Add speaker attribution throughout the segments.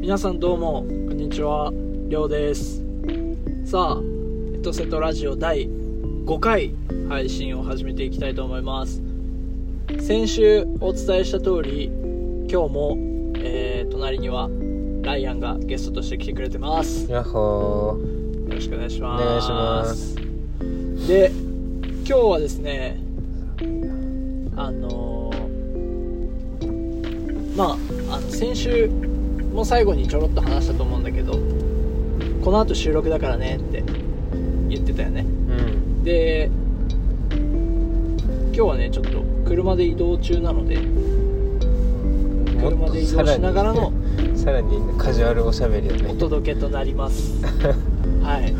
Speaker 1: 皆さんどうもこんにちはりょうですさあエトセトラジオ第5回配信を始めていきたいと思います先週お伝えした通り今日も、えー隣にはライアンがゲストとして来てくれてますよ
Speaker 2: やっほー
Speaker 1: ろしくお願いします
Speaker 2: お願いします
Speaker 1: で今日はですねあのーまああの先週も最後にちょろっと話したと思うんだけどこの後収録だからねって言ってたよね
Speaker 2: うん
Speaker 1: で今日はねちょっと車で移動中なので車で移動しながらの
Speaker 2: さらにカジュアルおしゃべりをね
Speaker 1: お届けとなります はい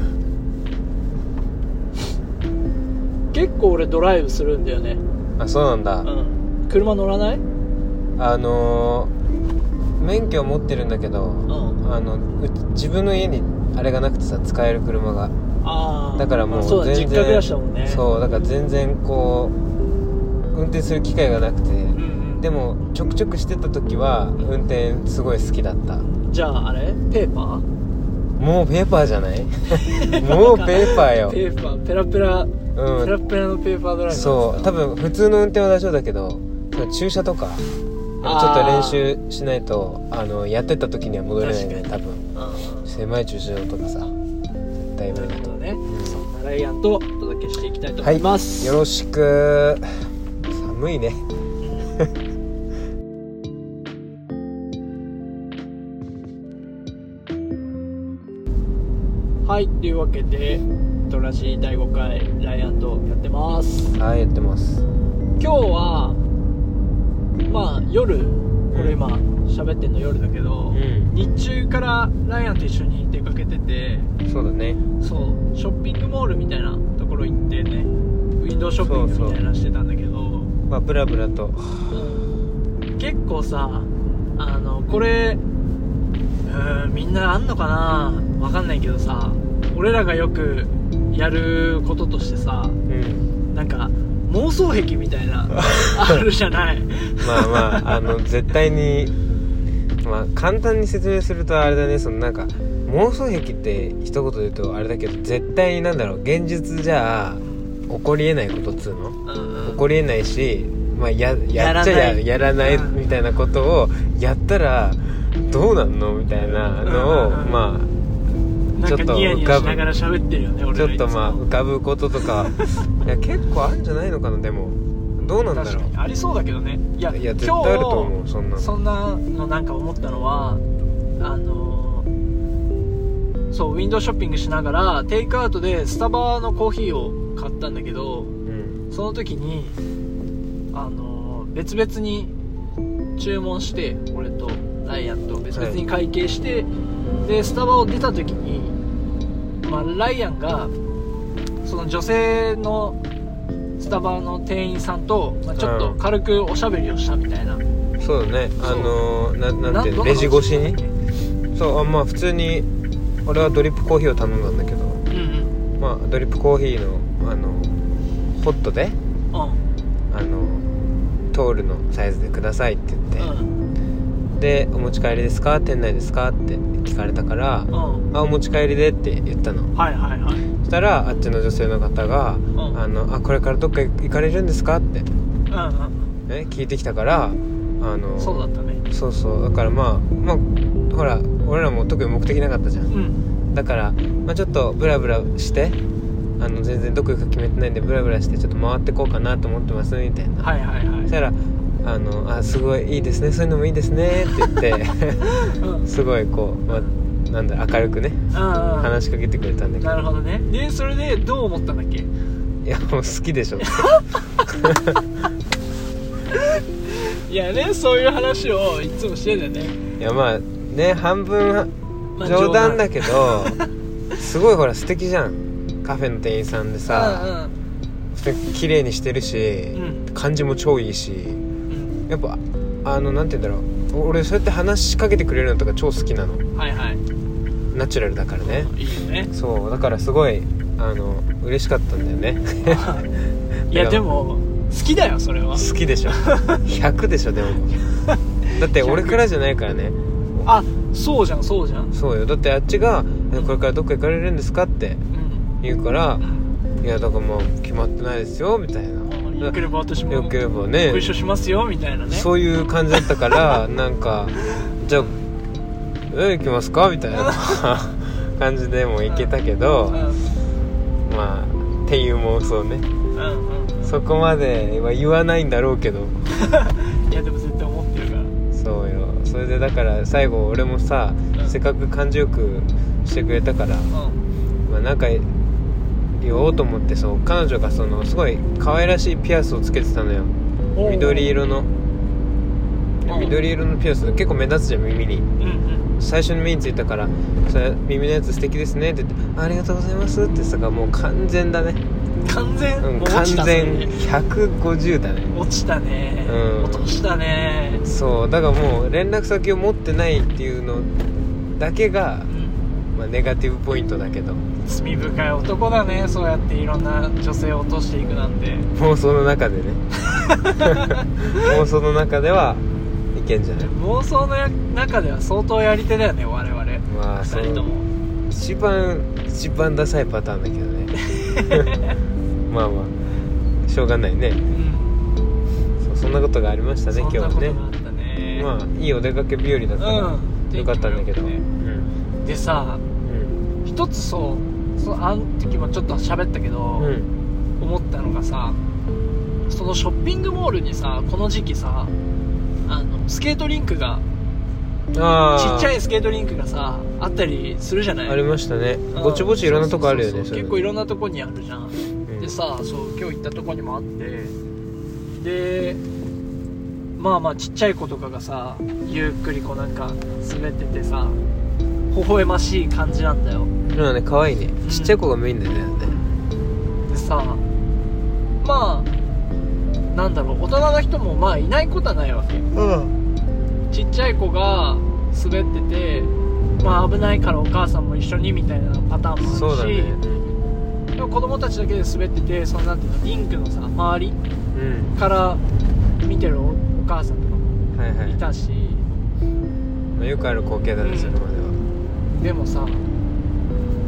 Speaker 1: 結構俺ドライブするんだよね
Speaker 2: あそうなんだ、
Speaker 1: うん車乗らない
Speaker 2: あのー、免許を持ってるんだけど、
Speaker 1: ん
Speaker 2: あのう自分の家にあれがなくてさ使える車が
Speaker 1: ああ
Speaker 2: だからも
Speaker 1: まあそううだ
Speaker 2: 全
Speaker 1: 実
Speaker 2: 然、
Speaker 1: 家暮らしだもんね
Speaker 2: そうだから全然こう運転する機会がなくて、
Speaker 1: うんうん
Speaker 2: でもちょくちょくしてた時は運転すごい好きだった
Speaker 1: じゃああれペーパー
Speaker 2: もうペーパーじ ゃないもうペーパーよ
Speaker 1: ペーパーペラペラ、
Speaker 2: うん
Speaker 1: ペラペラのペーパードライバーですか
Speaker 2: そう多分普通の運転は大丈夫だけどその駐車とかちょっと練習しないとあのやってた時には戻れないね
Speaker 1: 確
Speaker 2: 多分
Speaker 1: うん
Speaker 2: 狭い駐車場とかさ絶対無
Speaker 1: というこ
Speaker 2: 理だ
Speaker 1: と
Speaker 2: と
Speaker 1: でね、
Speaker 2: ん
Speaker 1: そんなライアンとお届けしていきたいと思います、
Speaker 2: よろしく寒いね
Speaker 1: はいというわけでドラジ第5回ライアンとやってます
Speaker 2: ああやってます
Speaker 1: 今日はまあ夜これ今喋ってんの夜だけど、
Speaker 2: ん
Speaker 1: 日中からライアンと一緒に出かけてて
Speaker 2: そうだね
Speaker 1: そうショッピングモールみたいなところ行ってねウィンドウショッピングみたいなのしてたんだけど
Speaker 2: まあブラブラと
Speaker 1: 結構さあのこれうーんみんなあんのかなわかんないけどさ俺らがよくやることとしてさ
Speaker 2: うん
Speaker 1: なんか妄想癖みたいなあるじゃない
Speaker 2: まあまあ あの絶対にまあ簡単に説明するとあれだねそのなんか妄想癖って一言で言うとあれだけど絶対になんだろう現実じゃあ起こりえないことっつうの
Speaker 1: うん
Speaker 2: 起こりえないし、まあ、や
Speaker 1: や
Speaker 2: や
Speaker 1: ら
Speaker 2: っ
Speaker 1: ない
Speaker 2: ちゃややらない
Speaker 1: うん
Speaker 2: みたいなことをやったらどうなんのみたいなのを
Speaker 1: うんうんうん
Speaker 2: ま
Speaker 1: なんかニヤニヤしながら喋ってるよね
Speaker 2: あ
Speaker 1: 俺
Speaker 2: ち
Speaker 1: ら
Speaker 2: ょっとまあ浮かぶこととかいや結構あるんじゃないのかなでもどうなんだ
Speaker 1: 確
Speaker 2: ろ
Speaker 1: かにありそうだけどねいや
Speaker 2: ういや絶対
Speaker 1: 今
Speaker 2: あると思
Speaker 1: 日
Speaker 2: うそんなの
Speaker 1: そんなのなんか思ったのはあのーそうウィンドウショッピングしながらテイクアウトでスタバのコーヒーを買ったんだけど
Speaker 2: うん
Speaker 1: その時にあのー別々に注文して俺とダイアンと別々に会計して、でスタバを出た時に、まあ、ライアンがその女性のスタバの店員さんと、まあ、ちょっと
Speaker 2: うん
Speaker 1: 軽くおしゃべりをしたみたいな、
Speaker 2: そうだねあ
Speaker 1: そう
Speaker 2: のーななんていう
Speaker 1: ど
Speaker 2: の
Speaker 1: んな
Speaker 2: レジ越し
Speaker 1: 話
Speaker 2: に
Speaker 1: だっ
Speaker 2: そうあまあ普通に俺はドリップコーヒーを頼んだんだけど
Speaker 1: けうん
Speaker 2: まあドリップコーヒーのあのホットで
Speaker 1: うん
Speaker 2: あのトールのサイズでくださいって言
Speaker 1: う
Speaker 2: って、
Speaker 1: ん
Speaker 2: で「お持ち帰りですか店内ですか?」って聞かれたから
Speaker 1: う
Speaker 2: 「
Speaker 1: んうん
Speaker 2: あお持ち帰りで」って言ったの
Speaker 1: はいはいはい
Speaker 2: そしたらあっちの女性の方が
Speaker 1: ん
Speaker 2: 「あのあこれからどっか行かれるんですか?」って、
Speaker 1: うんうん
Speaker 2: ね、聞いてきたからあ
Speaker 1: う
Speaker 2: の
Speaker 1: んそうだったね
Speaker 2: そうそうだからまあまあほら俺らも特に目的なかったじゃん
Speaker 1: うん
Speaker 2: だから、まあ、ちょっとブラブラしてあの全然どこ行くか決めてないんでブラブラしてちょっと回ってこうかなと思ってますみたいな
Speaker 1: はいはいはい
Speaker 2: そしたら「あのあすごいいいですねそういうのもいいですね」って言って
Speaker 1: うんうん
Speaker 2: すごいこう、まあ、なんだろう明るくね
Speaker 1: うん
Speaker 2: 話しかけてくれたんだけど
Speaker 1: なるほどねでそれでどう思ったんだっけ
Speaker 2: いやもう好きでしょって
Speaker 1: いやねそういう話をいつもしてんだよね、
Speaker 2: いやまあね半分
Speaker 1: まあ
Speaker 2: 冗談だけどすごいほら素敵じゃんカフェの店員さんでさ普通に綺麗にしてるし
Speaker 1: う
Speaker 2: 感じも超いいし
Speaker 1: うんうん、
Speaker 2: やっぱあのなんて言うんだろう俺そうやって話しかけてくれるのとか超好きなの
Speaker 1: うん、はいはい
Speaker 2: ナチュラルだからね
Speaker 1: いいよね
Speaker 2: そうだからすごいあの嬉しかったんだよね
Speaker 1: いやでも好きだよそれは
Speaker 2: 好きでしょ100でしょでもだって俺からじゃないからねも
Speaker 1: あそうじゃんそうじゃん
Speaker 2: そうよだってあっちが「えこれからどっか行かれるんですか?」って
Speaker 1: うん
Speaker 2: 言うから「いやだからもう決まってないですよ」みたいな
Speaker 1: よければ私も
Speaker 2: よければね
Speaker 1: ご一緒しますよみたいなね
Speaker 2: そういう感じだったから なんかじゃあ「え行きますか?」みた いな感じでもう行けたけど
Speaker 1: うん
Speaker 2: まあっていう妄想ね
Speaker 1: うんうん
Speaker 2: そこまでは言わないんだろうけど
Speaker 1: いやでも絶対思ってるから
Speaker 2: そうよそれでだから最後俺もさ、
Speaker 1: うん
Speaker 2: せっかく感じよくしてくれたから、
Speaker 1: うん
Speaker 2: まあ、なんか言おうと思ってそう彼女がそのすごい可愛らしいピアスをつけてたのよ
Speaker 1: おう
Speaker 2: 緑色の
Speaker 1: うん
Speaker 2: 緑色のピアス結構目立つじゃん耳に
Speaker 1: うんうん
Speaker 2: 最初に目についたから「それ耳のやつ素敵ですね」って言って「ありがとうございます」ってさがもう完全だね、
Speaker 1: 完全、
Speaker 2: うん、
Speaker 1: もう落
Speaker 2: 完
Speaker 1: ちた
Speaker 2: 全
Speaker 1: ね
Speaker 2: 150だね
Speaker 1: 落ちたね、
Speaker 2: うん
Speaker 1: 落としたね
Speaker 2: そうだからもう連絡先を持ってないっていうのだけが
Speaker 1: う、ん
Speaker 2: まあ、ネガティブポイントだけど
Speaker 1: 罪深い男だねそうやっていろんな女性を落としていくなんて
Speaker 2: 妄想の中で ね妄想の中ではいけんじゃない
Speaker 1: 妄想のや中では相当やり手だよね我々
Speaker 2: まあそ
Speaker 1: 2人と
Speaker 2: の
Speaker 1: も
Speaker 2: 一番一番ダサいパターンだけどね まあまあしょうがないね
Speaker 1: うん
Speaker 2: そうそんなことがありましたね
Speaker 1: そ
Speaker 2: 今
Speaker 1: ん
Speaker 2: 日
Speaker 1: な
Speaker 2: は
Speaker 1: こと
Speaker 2: ね
Speaker 1: があったね
Speaker 2: まあいいお出かけ日和だったから、
Speaker 1: うん
Speaker 2: よかったんだけど、
Speaker 1: 天気も良くでさ
Speaker 2: うん
Speaker 1: 一つそうそのあの時もちょっと喋ったけど、
Speaker 2: うんうん
Speaker 1: 思ったのがさそのショッピングモールにさこの時期さあのスケートリンクが
Speaker 2: あ
Speaker 1: ち
Speaker 2: あ
Speaker 1: っちゃいスケートリンクがさあったりするじゃない
Speaker 2: ありましたね
Speaker 1: うん
Speaker 2: ぼちぼちいろんなとこあるよ
Speaker 1: そう
Speaker 2: ね
Speaker 1: そうそう結構い
Speaker 2: ろ
Speaker 1: ろんなとこにあるじゃん、でさそう今日行ったとこにもあってでまあまあちっちゃい子とかがさゆっくりこうなんか滑っててさ微笑ましい感じなんだよ
Speaker 2: 今ね可愛いねちっちゃい子がメインだよね
Speaker 1: でさまあなんだろう大人の人もまあいないことはないわけ
Speaker 2: うん
Speaker 1: ちっちゃい子が滑っててまあ危ないからお母さんも一緒にみたいなパターンもあるし
Speaker 2: そうだね
Speaker 1: でも子供たちだけで滑っててそのなんていうのリンクのさ周り
Speaker 2: うん
Speaker 1: から見てるおお母さんとかも
Speaker 2: はいはい
Speaker 1: いたし
Speaker 2: まあよくある光景だねそれまでは
Speaker 1: でもさ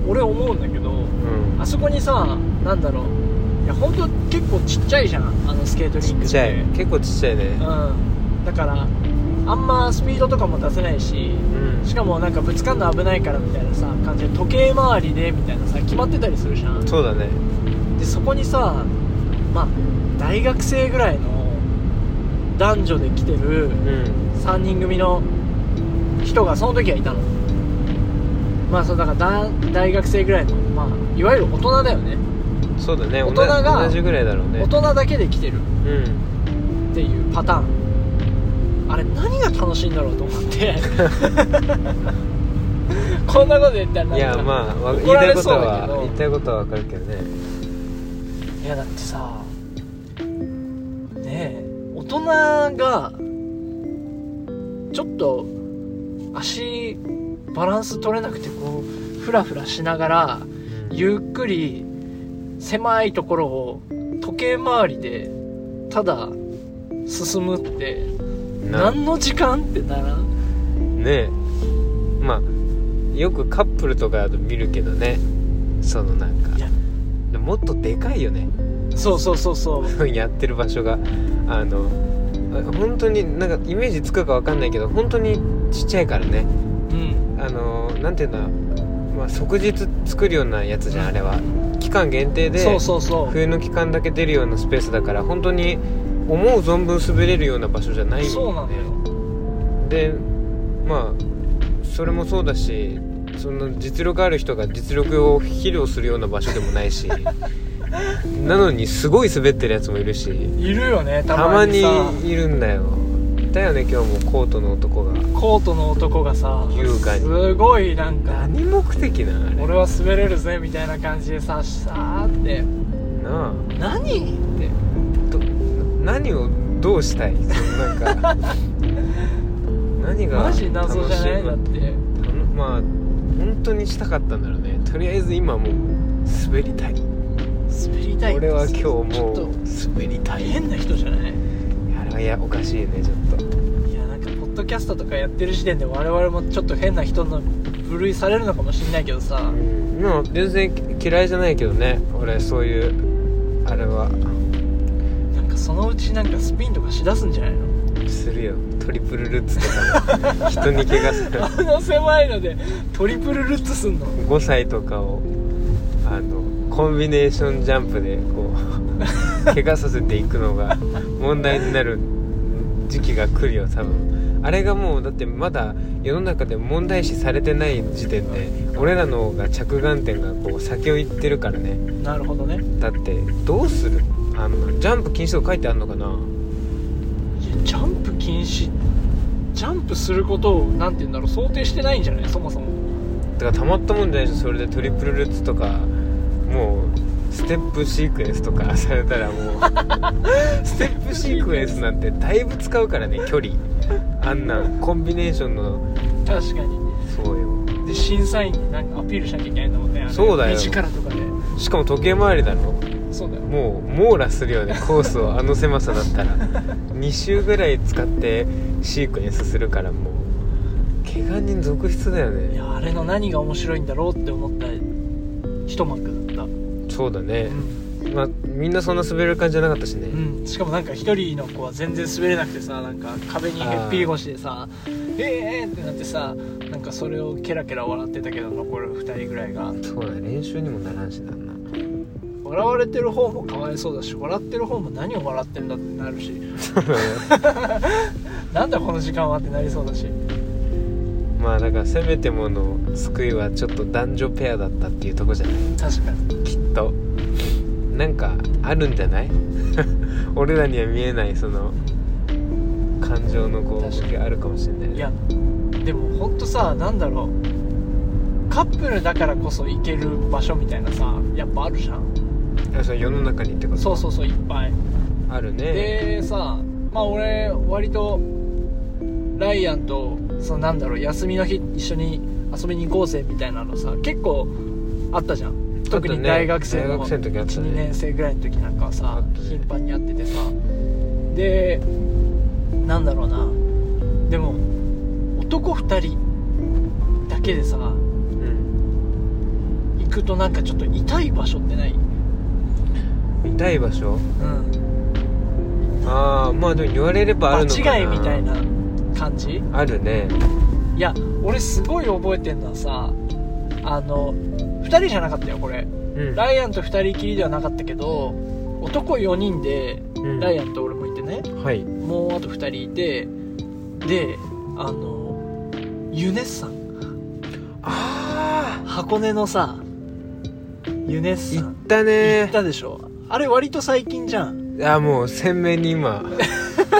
Speaker 1: 俺思うんだけど
Speaker 2: うん
Speaker 1: あそこにさなんだろういや本当結構ちっちゃいじゃんあのスケートリンクって
Speaker 2: ちっちゃい結構ちっちゃいね
Speaker 1: うんだからあんまスピードとかも出せないし
Speaker 2: うん
Speaker 1: しかもなんかぶつかんの危ないからみたいなさ感じで時計回りでみたいなさ決まってたりするじゃん
Speaker 2: そうだね
Speaker 1: でそこにさまあ大学生ぐらいの男女で来てる
Speaker 2: うん
Speaker 1: 3人組の人がその時はいたのまあそうだからだ大学生ぐらいのまあいわゆる大人だよね
Speaker 2: そうだね
Speaker 1: 大人が
Speaker 2: 同じぐらいだろうね
Speaker 1: 大人だけで来てる
Speaker 2: うん
Speaker 1: っていうパターンあれ何が楽しいんだろうと思って こんなこと言ったらなんか
Speaker 2: いやまあわ言い
Speaker 1: 怒ら
Speaker 2: たい
Speaker 1: れ
Speaker 2: こと
Speaker 1: そうだけ
Speaker 2: は
Speaker 1: ど
Speaker 2: 言いたいことはわかるけどね
Speaker 1: いやだってさねえ大人がちょっと足バランス取れなくてこうフラフラしながらゆっくり狭いところを時計回りでただ進むって
Speaker 2: なん
Speaker 1: 何の時間ってならん
Speaker 2: ねまあよくカップルとかだと見るけどねそのなんか
Speaker 1: いや
Speaker 2: でももっとでかいよね
Speaker 1: そうそうそうそう
Speaker 2: やってる場所があの本当になんかイメージつくかわかんないけど本当にちっちゃいからね
Speaker 1: うん
Speaker 2: あのなんていうんだ、まあ、即日作るようなやつじゃんあれは期間限定で
Speaker 1: そうそうそう
Speaker 2: 冬の期間だけ出るようなスペースだから本当に思う存分滑れるような場所じゃない
Speaker 1: そうなんだよ
Speaker 2: でまあそれもそうだしその実力ある人が実力を披露するような場所でもない しなのにすごい滑ってるやつもいるし
Speaker 1: いるよねた
Speaker 2: たま
Speaker 1: まに
Speaker 2: に
Speaker 1: さ
Speaker 2: いるんだよいたよね今日もコートの男が
Speaker 1: コートの男がさ
Speaker 2: 優雅に
Speaker 1: すごいなんか
Speaker 2: 何目的なのあれ
Speaker 1: 俺は滑れるぜみたいな感じでささーって
Speaker 2: なあ
Speaker 1: 何って
Speaker 2: ど何をどうしたいそのなん か何が
Speaker 1: マジ謎じゃないだっ
Speaker 2: 楽していたのまあ本当にしたかったんだろうねとりあえず今もう滑りたい
Speaker 1: 滑りたい
Speaker 2: 俺は今日も
Speaker 1: ちょっと
Speaker 2: う滑りたい
Speaker 1: 変な人じゃない
Speaker 2: あれはいやおかしいねちょっと
Speaker 1: いやなんかポッッドキャストとかやってる時点で我々もちょっと変な人の部類されるのかもしれないけどさ
Speaker 2: でも全然嫌いじゃないけどね俺そういうあれは
Speaker 1: なんかそのうちなんかスピンとかしだすんじゃないの
Speaker 2: するよトリプルルッツと かも人に怪我する
Speaker 1: あの狭いのでトリプルルッツすんの
Speaker 2: 5歳とかをあのコンビネーションジャンプでこう怪我させていくのが問題になる時期が来るよ多分あれがもうだってまだ世の中で問題視されてない時点で俺らの方が着眼点がこう先を行ってるからね
Speaker 1: なるほどね
Speaker 2: だってどうするあのジャンプ禁止とか書いてあんのかない
Speaker 1: やジャンプ禁止ジャンプすることをなんて言うんだろう想定してないんじゃないそもそも
Speaker 2: だからたまったもんじゃないでしょそれでトリプルルッツとかもうステップシークエンスとか されたらもうステップシークエンスなんてだいぶ使うからね距離あんなんコンビネーションの
Speaker 1: 確かに
Speaker 2: そうよ
Speaker 1: で審査員になんかアピールしなきゃいけないんだもんねあの
Speaker 2: そうだよ
Speaker 1: 目力とかで
Speaker 2: しかも時計回りだろ
Speaker 1: そうだよ
Speaker 2: もう網羅するよねコースをあの狭さだったら2周ぐらい使ってシークエンスするからもう怪我人続出だよ
Speaker 1: い
Speaker 2: ね
Speaker 1: やあれの何が面白いんだろうって思った一幕だった
Speaker 2: そうだね
Speaker 1: う、ん、
Speaker 2: まあみんなそんな滑る感じじゃなかったしね、
Speaker 1: うん、しかもなんか一人の子は全然滑れなくてさなんか壁にへっぴり腰でさ「えー、えー!」ってなってさなんかそれをケラケラ笑ってたけど残る2人ぐらいが
Speaker 2: そうだね練習にもならんしだな
Speaker 1: 笑われてる方もかわいそうだし笑ってる方も何を笑ってんだってなるしなんだこの時間はってなりそうだし
Speaker 2: まあだからせめてもの救いはちょっと男女ペアだったっていうとこじゃない
Speaker 1: 確かに
Speaker 2: きっとなんかあるんじゃない 俺らには見えないその感情のこう
Speaker 1: 確か
Speaker 2: 動
Speaker 1: に
Speaker 2: きがあるかもしれないね
Speaker 1: いやでもほんとさなんだろうカップルだからこそ行ける場所みたいなさやっぱあるじゃん
Speaker 2: あその世の中にってこと
Speaker 1: そうそうそういっぱい
Speaker 2: あるね
Speaker 1: でさまあ俺割とライアンとそのなんだろう休みの日一緒に遊びに行こうぜみたいなのさ結構あったじゃん特に大学生
Speaker 2: 大
Speaker 1: の
Speaker 2: 学生の時あったね
Speaker 1: 12年生ぐらいの時なんかは
Speaker 2: あ
Speaker 1: さ
Speaker 2: ったね
Speaker 1: 頻繁に会っててさでなんだろうなでも男2人だけでさ行
Speaker 2: うん
Speaker 1: くとなんかちょっと痛い場所ってない
Speaker 2: 痛い場所
Speaker 1: うん
Speaker 2: ああまあでも言われればあ
Speaker 1: 場
Speaker 2: るのかな
Speaker 1: 違いみたいな感じ
Speaker 2: あるね
Speaker 1: いや俺すごい覚えてんのはさあの2人じゃなかったよこれ
Speaker 2: うん
Speaker 1: ライアンと2人きりではなかったけど男4人で
Speaker 2: うん
Speaker 1: ライアンと俺もいてね、
Speaker 2: はい
Speaker 1: もうあと2人いてであのユネッサン
Speaker 2: ああ
Speaker 1: 箱根のさユネッサ
Speaker 2: 行っ
Speaker 1: ン
Speaker 2: たね
Speaker 1: 行ったでしょあれ割と最近じゃん
Speaker 2: いやもう鮮明に今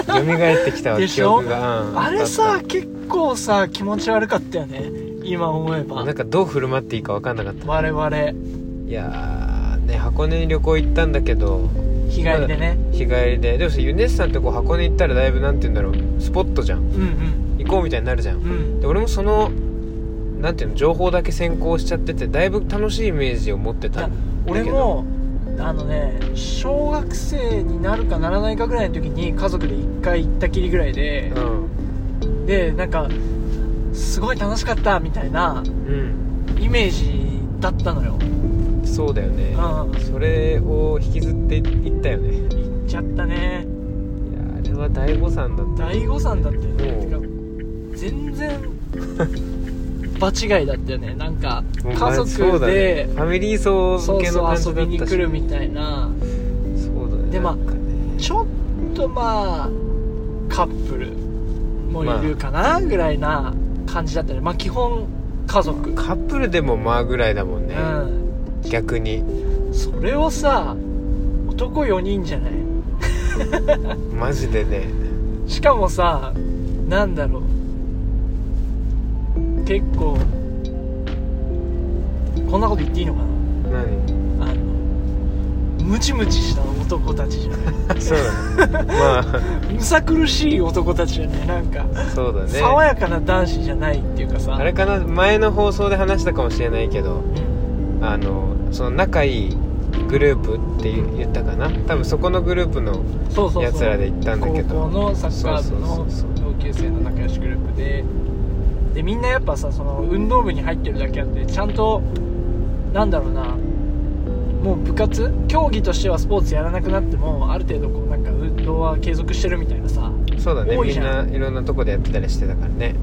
Speaker 2: 蘇ってきたわ
Speaker 1: でし
Speaker 2: 記
Speaker 1: ょ
Speaker 2: 憶が、うん
Speaker 1: あれ
Speaker 2: だ
Speaker 1: さ
Speaker 2: っ
Speaker 1: 結構さ気持ち悪かったよね今思え
Speaker 2: た
Speaker 1: ば
Speaker 2: なんかどう振る舞っていいか分かんなかった
Speaker 1: 我々
Speaker 2: いやーね箱根に旅行行ったんだけど
Speaker 1: 日帰りでね
Speaker 2: 日帰りででもさユネッサンってこう箱根行ったらだいぶなんて言うんだろうスポットじゃん
Speaker 1: うん
Speaker 2: 行こうみたいになるじゃ
Speaker 1: うん
Speaker 2: ん
Speaker 1: うん
Speaker 2: で俺もそのなんていうの情報だけ先行しちゃっててだいぶ楽しいイメージを持って
Speaker 1: い
Speaker 2: た
Speaker 1: や
Speaker 2: んだけど
Speaker 1: 俺もあのね小学生になるかならないかぐらいの時に家族で1回行ったきりぐらいで
Speaker 2: う、ん
Speaker 1: でなんかすごい楽しかったみたいな
Speaker 2: うん
Speaker 1: イメージだったのよ、
Speaker 2: そうだよ
Speaker 1: う
Speaker 2: ね
Speaker 1: ん、行
Speaker 2: それを引きずっていったよねいや
Speaker 1: っちゃったね
Speaker 2: あれは大誤算だった
Speaker 1: 大誤算だったよね
Speaker 2: おう
Speaker 1: てか全 然場違いだったよねなんか
Speaker 2: もう
Speaker 1: 家
Speaker 2: そう
Speaker 1: 族
Speaker 2: だ
Speaker 1: で
Speaker 2: ね、ファミリー層
Speaker 1: そ
Speaker 2: 向
Speaker 1: う
Speaker 2: けの
Speaker 1: そ
Speaker 2: 感
Speaker 1: う
Speaker 2: じ
Speaker 1: 遊
Speaker 2: だったし
Speaker 1: びに来るみたいな
Speaker 2: そうだね
Speaker 1: でまあ
Speaker 2: なんかね
Speaker 1: ちょっとまあカップルもいるかなぐらいな感じだったねまあ基本家族、
Speaker 2: カップルでもまあぐらいだもん
Speaker 1: う
Speaker 2: ね、
Speaker 1: ん
Speaker 2: 逆に
Speaker 1: それをさ男4人じゃない
Speaker 2: マジでね
Speaker 1: しかもさなんだろう結構こんなこと言っていいのか
Speaker 2: 何
Speaker 1: なあのムチムチした男たちじゃ ない
Speaker 2: そうだね ま
Speaker 1: むさ苦しい男たちじゃないなんか、
Speaker 2: あそうだね
Speaker 1: 爽やかな男子じゃないっていうかさ
Speaker 2: あれかな前の放送で話したかもしれないけど
Speaker 1: うん
Speaker 2: あのその仲いいグループって言ったかな多分そこのグループの
Speaker 1: そうそうそう
Speaker 2: やつらで行ったんだけど
Speaker 1: 高校のサッカー部
Speaker 2: そうそう
Speaker 1: の
Speaker 2: そうそう
Speaker 1: 同級生の仲良しグループででみんなやっぱさその運動部に入ってるだけあってちゃんとなんだろうなもう部活競技としてはスポーツやらなくなってもある程度こうなんか運動は継続してるみたいなさ
Speaker 2: そうだね
Speaker 1: 多い
Speaker 2: み
Speaker 1: じ
Speaker 2: ん
Speaker 1: ゃん
Speaker 2: ないろんなとこでやってたりしてたからね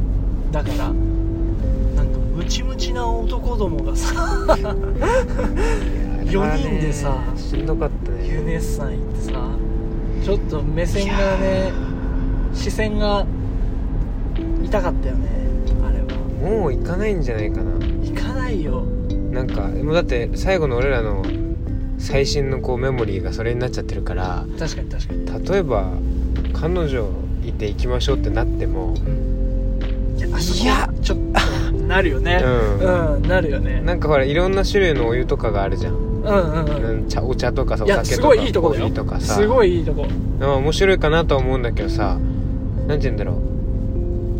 Speaker 1: だからなんかムチムチな男どもがさ 4人でさ
Speaker 2: あれはねしんどかったね
Speaker 1: ユネッサン行ってさちょっと目線がね視線が痛かったよねあれは
Speaker 2: もう行かないんじゃないかな
Speaker 1: 行かないよ
Speaker 2: なんかもうだって最後の俺らの最新のこうメモリーがそれになっちゃってるから
Speaker 1: 確かに確かに
Speaker 2: 例えば彼女いて行きましょうってなっても
Speaker 1: いやあそこ
Speaker 2: いや
Speaker 1: ちょっとなるよね
Speaker 2: うん
Speaker 1: うん、なるよね
Speaker 2: なんかほらいろんな種類のお湯とかがあるじゃん、
Speaker 1: うんうんう
Speaker 2: うんん、茶お茶とかさお
Speaker 1: いや
Speaker 2: 酒
Speaker 1: す
Speaker 2: とか
Speaker 1: ごいいいとこだ
Speaker 2: コー
Speaker 1: よ
Speaker 2: ヒーとかさ
Speaker 1: すごいいいとこ
Speaker 2: まあ面白いかなとは思うんだけどさなんて言うんだろ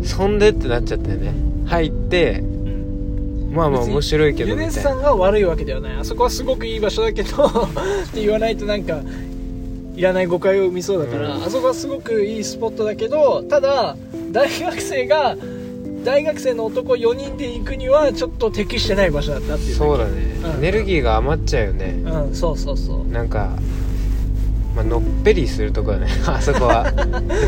Speaker 2: うそんでってなっちゃったよね入ってまあまあ
Speaker 1: 別に
Speaker 2: 面白いけど
Speaker 1: ユ
Speaker 2: みた
Speaker 1: ネ
Speaker 2: い
Speaker 1: スさ
Speaker 2: なん
Speaker 1: が悪いわけではないあそこはすごくいい場所だけど って言わないとなんかいらない誤解を生みそうだから、
Speaker 2: うん
Speaker 1: あそこはすごくいいスポットだけどただ大学生が大学生の男4人で行くにはちょっと適してない場所だったっていう
Speaker 2: そううだね、
Speaker 1: うん
Speaker 2: エネルギーが余っちゃうよね
Speaker 1: うんそうそうそう
Speaker 2: なんか、まあのっぺりするとこだね あそ こは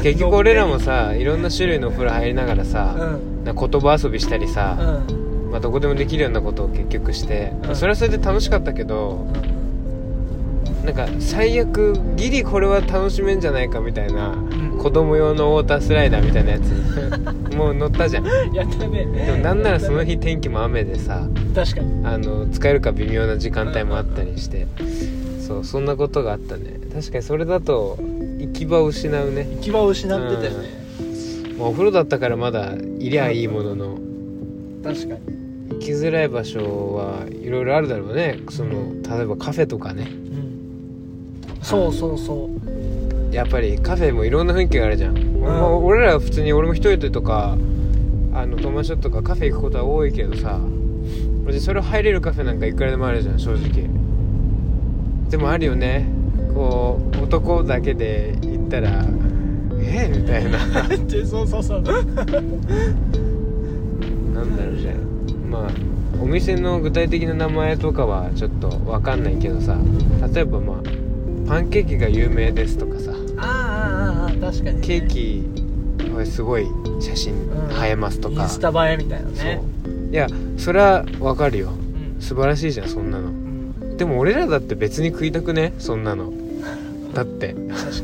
Speaker 2: で結局俺らもさいろんな種類のお風呂入りながら
Speaker 1: う
Speaker 2: さ、
Speaker 1: ん
Speaker 2: な言葉遊びしたり
Speaker 1: う
Speaker 2: さ、
Speaker 1: んうん
Speaker 2: まあ、どこでもできるようなことを結局して、まあ
Speaker 1: うん
Speaker 2: それはそれで楽しかったけどなんか最悪ギリこれは楽しめんじゃないかみたいな、
Speaker 1: ん
Speaker 2: 子供用のウォータースライダーみたいな やつもう乗ったじゃんで
Speaker 1: やったね
Speaker 2: もなんならその日天気も雨でさ
Speaker 1: 確かに
Speaker 2: あの使えるか微妙な時間帯もあったりしてそうそんなことがあったね確かにそれだと行き場を失うね、
Speaker 1: 行き場を失ってたよね、
Speaker 2: まあ、お風呂だったからまだいりゃいいものの
Speaker 1: 確かに
Speaker 2: 行きづらい場所はいろいろあるだろうねその例えばカフェとかね
Speaker 1: うんそうそうそう
Speaker 2: やっぱりカフェもいろんな雰囲気があるじゃん、まあ俺らは普通に俺も一人でとかあの友達ととかカフェ行くことは多いけどさ別にそれ入れるカフェなんかいくらでもあるじゃん正直でもあるよねこう男だけで行ったらえみたいな
Speaker 1: でそうそうそう
Speaker 2: なんだろうねまあお店の具体的な名前とかはちょっとわかんないけどさ例えばまあパンケーキが有名ですとかさ
Speaker 1: ああああああ確かにね、
Speaker 2: ケーキはすごい写真映えますと
Speaker 1: イ
Speaker 2: か、
Speaker 1: ンスタ映えみたいなね
Speaker 2: そういやそれはわかるよ
Speaker 1: うん
Speaker 2: 素晴らしいじゃんそんなの
Speaker 1: うん
Speaker 2: でも俺らだって別に食いたくねそんなのだって
Speaker 1: 確かに
Speaker 2: そ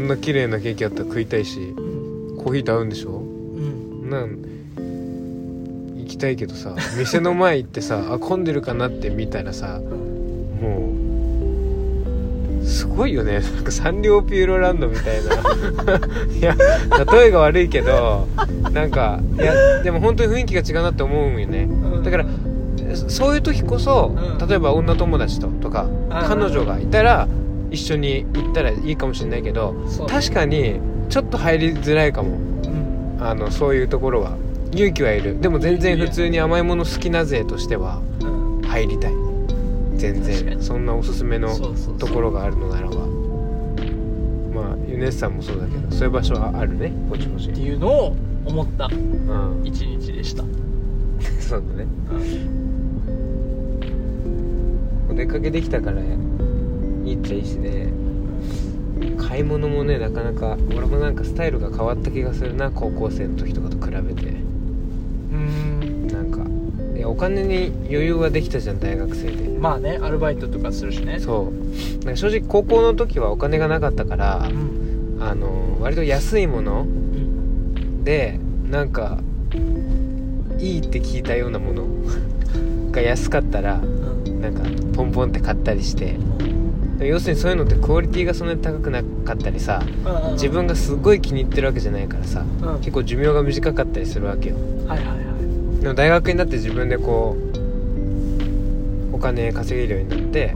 Speaker 2: んな綺麗なケーキあったら食いたいし
Speaker 1: うん
Speaker 2: コーヒーと合うんでしょ
Speaker 1: うん
Speaker 2: なん行きたいけどさ店の前行っ てさあ混んでるかなって見たらさもうすごいよねなんかサンリオピューロランド みたいないや例えが悪いけどなんかいやでも本当に雰囲気が違うなって思うんよねだからそそういう時こそ、
Speaker 1: うん
Speaker 2: 例えば女友達ととか彼女がいたら一緒に行ったらいいかもしれないけど
Speaker 1: そう
Speaker 2: 確かにちょっと入りづらいかも
Speaker 1: うん
Speaker 2: あのそういうところは勇気はいるでも全然普通に甘いもの好きな勢としては
Speaker 1: うん
Speaker 2: 入りたい全
Speaker 1: 確か
Speaker 2: 然
Speaker 1: に
Speaker 2: そんなおすすめの
Speaker 1: そうそうそう
Speaker 2: ところがあるのならばまあユネスさんもそうだけどそういう場所はあるねぼちぼち
Speaker 1: っていうのを思った
Speaker 2: うん
Speaker 1: 一日でした、
Speaker 2: そうだねお出かけできたからいいっちゃいいしね買い物もねなかなか俺もなんかスタイルが変わった気がするな高校生の時とかと比べて
Speaker 1: うん
Speaker 2: なんかいやお金に余裕はできたじゃん大学生で
Speaker 1: まあねアルバイトとかするしね
Speaker 2: そうなんか正直高校の時はお金がなかったから
Speaker 1: うん
Speaker 2: あの割と安いもの
Speaker 1: うん
Speaker 2: でなんかいいって聞いたようなもの が安かったら
Speaker 1: うん
Speaker 2: なんかポンポンって買ったりして要するにそういうのってクオリティがそんなに高くなかったりさ
Speaker 1: うん
Speaker 2: 自分がすごい気に入ってるわけじゃないからさ
Speaker 1: うんはい
Speaker 2: 結構寿命が短かったりするわけよ
Speaker 1: はいはい
Speaker 2: でも大学になって自分でこうお金稼げるようになって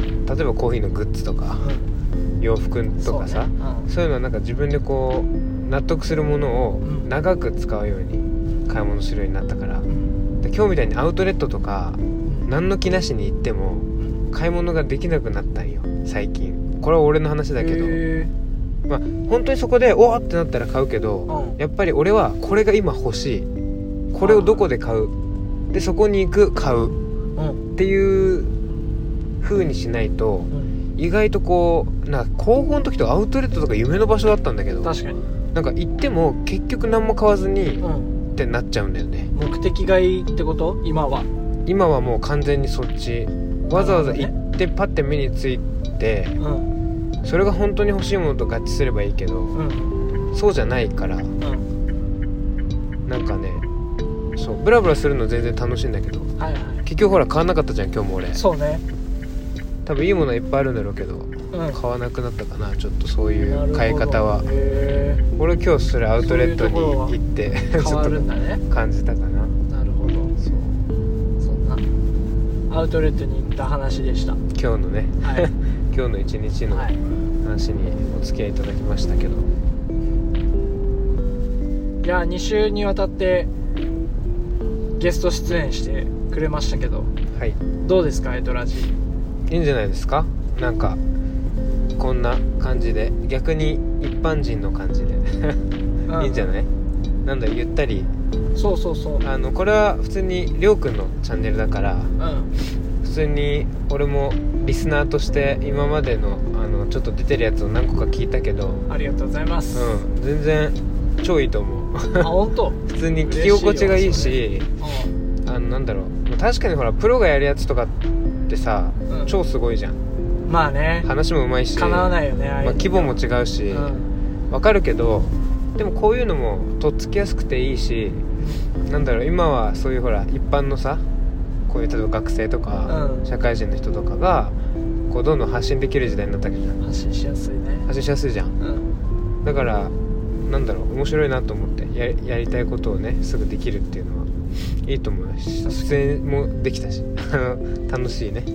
Speaker 1: うん
Speaker 2: 例えばコーヒーのグッズとか洋服とか
Speaker 1: そ
Speaker 2: さ
Speaker 1: うねうん
Speaker 2: そういうのはなんか自分でこう納得するものを
Speaker 1: うん
Speaker 2: 長く使うように買い物するようになったから
Speaker 1: うん
Speaker 2: で今日みたいにアウトレットとか何の気なしに行っても買い物ができなくなったんよ最近これは俺の話だけど
Speaker 1: へー
Speaker 2: まあ本当にそこでおーってなったら買うけど
Speaker 1: うん
Speaker 2: やっぱり俺はこれが今欲しいこれをどこで買うでそこに行く買う
Speaker 1: うん
Speaker 2: っていう風にしないと
Speaker 1: うん
Speaker 2: 意外とこうなんか高校の時とかアウトレットとか夢の場所だったんだけど
Speaker 1: 確かに、
Speaker 2: なんか行っても結局何も買わずに
Speaker 1: うん、
Speaker 2: ってなっちゃうんだよね
Speaker 1: 目的がいいってこと今は
Speaker 2: 今はもう完全にそっちわざわざ行ってパッて目について
Speaker 1: うん
Speaker 2: それが本当に欲しいものと合致すればいいけど
Speaker 1: うん
Speaker 2: そうじゃないから
Speaker 1: うん
Speaker 2: なんかねそうブラブラするの全然楽しいんだけど
Speaker 1: はいは
Speaker 2: 結局ほら買わなかったじゃん今日も俺
Speaker 1: いそうね
Speaker 2: 多分いいものはいっぱいあるんだろうけど
Speaker 1: うん
Speaker 2: 買わなくなったかなちょっとそうい
Speaker 1: なるほ
Speaker 2: う
Speaker 1: ど
Speaker 2: 買い方は
Speaker 1: へ
Speaker 2: 俺今日それアウトレットに
Speaker 1: そういうところは
Speaker 2: 行って
Speaker 1: え変
Speaker 2: ちょ
Speaker 1: わ
Speaker 2: っ
Speaker 1: るんだね
Speaker 2: と感じたかな
Speaker 1: なるほど
Speaker 2: そう
Speaker 1: そんなアウトレットに行った話でした
Speaker 2: 今日のね
Speaker 1: はい
Speaker 2: 今日の一日の
Speaker 1: はい
Speaker 2: 話にお付き合いいただきましたけど
Speaker 1: いや2週にわたってゲスト出演してくれましたけど
Speaker 2: はい
Speaker 1: どうですかエトラジ
Speaker 2: いいんじゃないですかなんかこんな感じで逆に一般人の感じでいいんじゃ
Speaker 1: い
Speaker 2: ないなんだゆったり
Speaker 1: そうそうそう
Speaker 2: あのこれは普通にりょうくんのチャンネルだから
Speaker 1: うん
Speaker 2: 普通に俺もリスナーとして今までのあのちょっと出てるやつを何個か聞いたけどう
Speaker 1: ありがとうございます、
Speaker 2: ん全然超いいと思う
Speaker 1: あ本当。
Speaker 2: 普通に聞き心地がいいし
Speaker 1: う
Speaker 2: あのなんだろう確かにほらプロがやるやつとかってさ
Speaker 1: うん
Speaker 2: 超すごいじゃん
Speaker 1: んまあね
Speaker 2: 話もうまいし
Speaker 1: 叶わないよねああいう
Speaker 2: まあ、
Speaker 1: の
Speaker 2: 規模も違う
Speaker 1: う
Speaker 2: し、
Speaker 1: ん
Speaker 2: わかるけどでもこういうのもとっつきやすくていいしなんだろう今はそういうほら一般のさこういう例えば学生とか、
Speaker 1: うん
Speaker 2: 社会人の人とかがこうどんどん発信できる時代になったわけじゃん
Speaker 1: 発信しやすいね
Speaker 2: 発信しやすいじゃ
Speaker 1: う
Speaker 2: ん
Speaker 1: ん
Speaker 2: だからなんだろう面白いなと思ってややりたいことをねすぐできるっていうのはいいと思う
Speaker 1: 確
Speaker 2: し
Speaker 1: かに
Speaker 2: 出演もできたし あの楽しいね
Speaker 1: う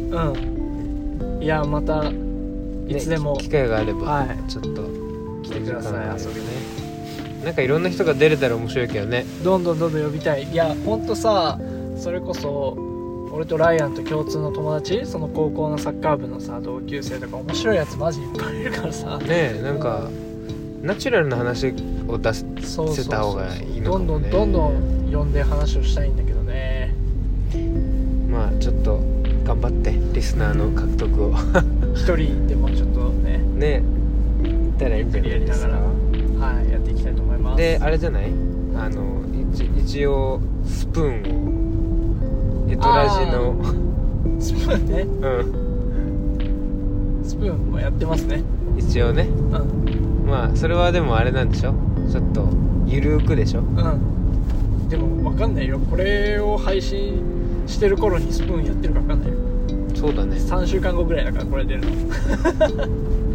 Speaker 1: んいやまたいつでも
Speaker 2: ね機会があれば、
Speaker 1: はい
Speaker 2: ちょっと
Speaker 1: 来てください
Speaker 2: 時間があれば
Speaker 1: 遊び
Speaker 2: ねなんかいろんな人が出れたら面白いけどね
Speaker 1: どんどんどんどん呼びたいいやほんとさそれこそ俺とライアンと共通の友達その高校のサッカー部のさ同級生とか面白いやつマジいっぱいいるからさ
Speaker 2: ねえなんかナチュラルな話を出す
Speaker 1: そうそう
Speaker 2: 捨てた
Speaker 1: そう
Speaker 2: 方がいいの
Speaker 1: ど
Speaker 2: か
Speaker 1: ん
Speaker 2: も
Speaker 1: ど
Speaker 2: ね
Speaker 1: んどんどん呼んで話をしたいんだけどね
Speaker 2: まあちょっと頑張ってリスナーの獲得を
Speaker 1: 一人でもちょっとね
Speaker 2: ねえいったらいいんじゃな
Speaker 1: ゆっく
Speaker 2: いです
Speaker 1: りやりなが
Speaker 2: から
Speaker 1: はいやっていきたいと思います
Speaker 2: であれじゃないあの一一応スプーンをエトラジの
Speaker 1: スプーンね
Speaker 2: う
Speaker 1: スプーンもやってますね
Speaker 2: ん一応ね
Speaker 1: うん
Speaker 2: まあそれはでもあれなんでしょちょっとゆるくでしょ
Speaker 1: うんでも分かんないよこれを配信してる頃にスプーンやってるか分かんないよ
Speaker 2: そうだね
Speaker 1: 3週間後ぐらいだからこれ出るの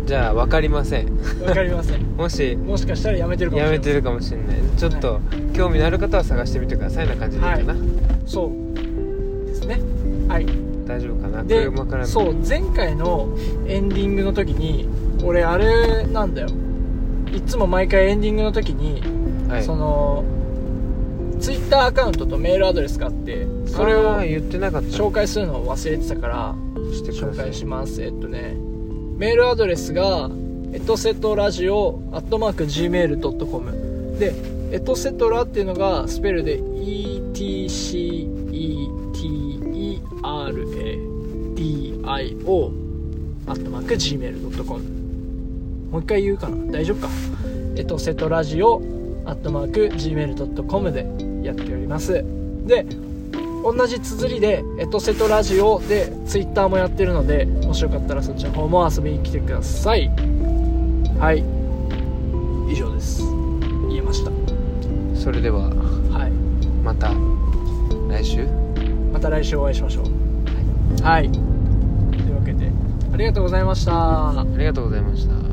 Speaker 2: じゃあ分かりません
Speaker 1: わかりませ ん。
Speaker 2: もし
Speaker 1: もしかしたらやめてるかもし
Speaker 2: や
Speaker 1: れない。
Speaker 2: めてるかもしれないちょっと興味のある方は探してみてくださいな感じでいいかな、
Speaker 1: はそうですね。はい。
Speaker 2: 大丈夫かな
Speaker 1: で
Speaker 2: 車から、の
Speaker 1: そう前回のエンディングの時に、俺あれなんだよ。いつも毎回エンディングの時に、
Speaker 2: はい、
Speaker 1: そのツイッターアカウントとメールアドレスがあって、それ
Speaker 2: あ
Speaker 1: を
Speaker 2: ー言ってなかった
Speaker 1: 紹介するのを忘れてたから
Speaker 2: してく
Speaker 1: 紹
Speaker 2: ださい
Speaker 1: 介します。えっとね、メールアドレスがエトセトラジオアットマーク gmail.com でエトセトラっていうのがスペルで ETCETERADIO アットマーク gmail.com もう一回言うかな大丈夫かエトセトラジオアットマーク gmail.com でやっておりますで同じ綴りで「エトセトラジオ」でツイッターもやってるのでもしよかったらそっちの方も遊びに来てくださいはい以上です言えました
Speaker 2: それでは
Speaker 1: はい
Speaker 2: また来週
Speaker 1: また来週お会いしましょうはいというわけでありがとうございました
Speaker 2: ありがとうございました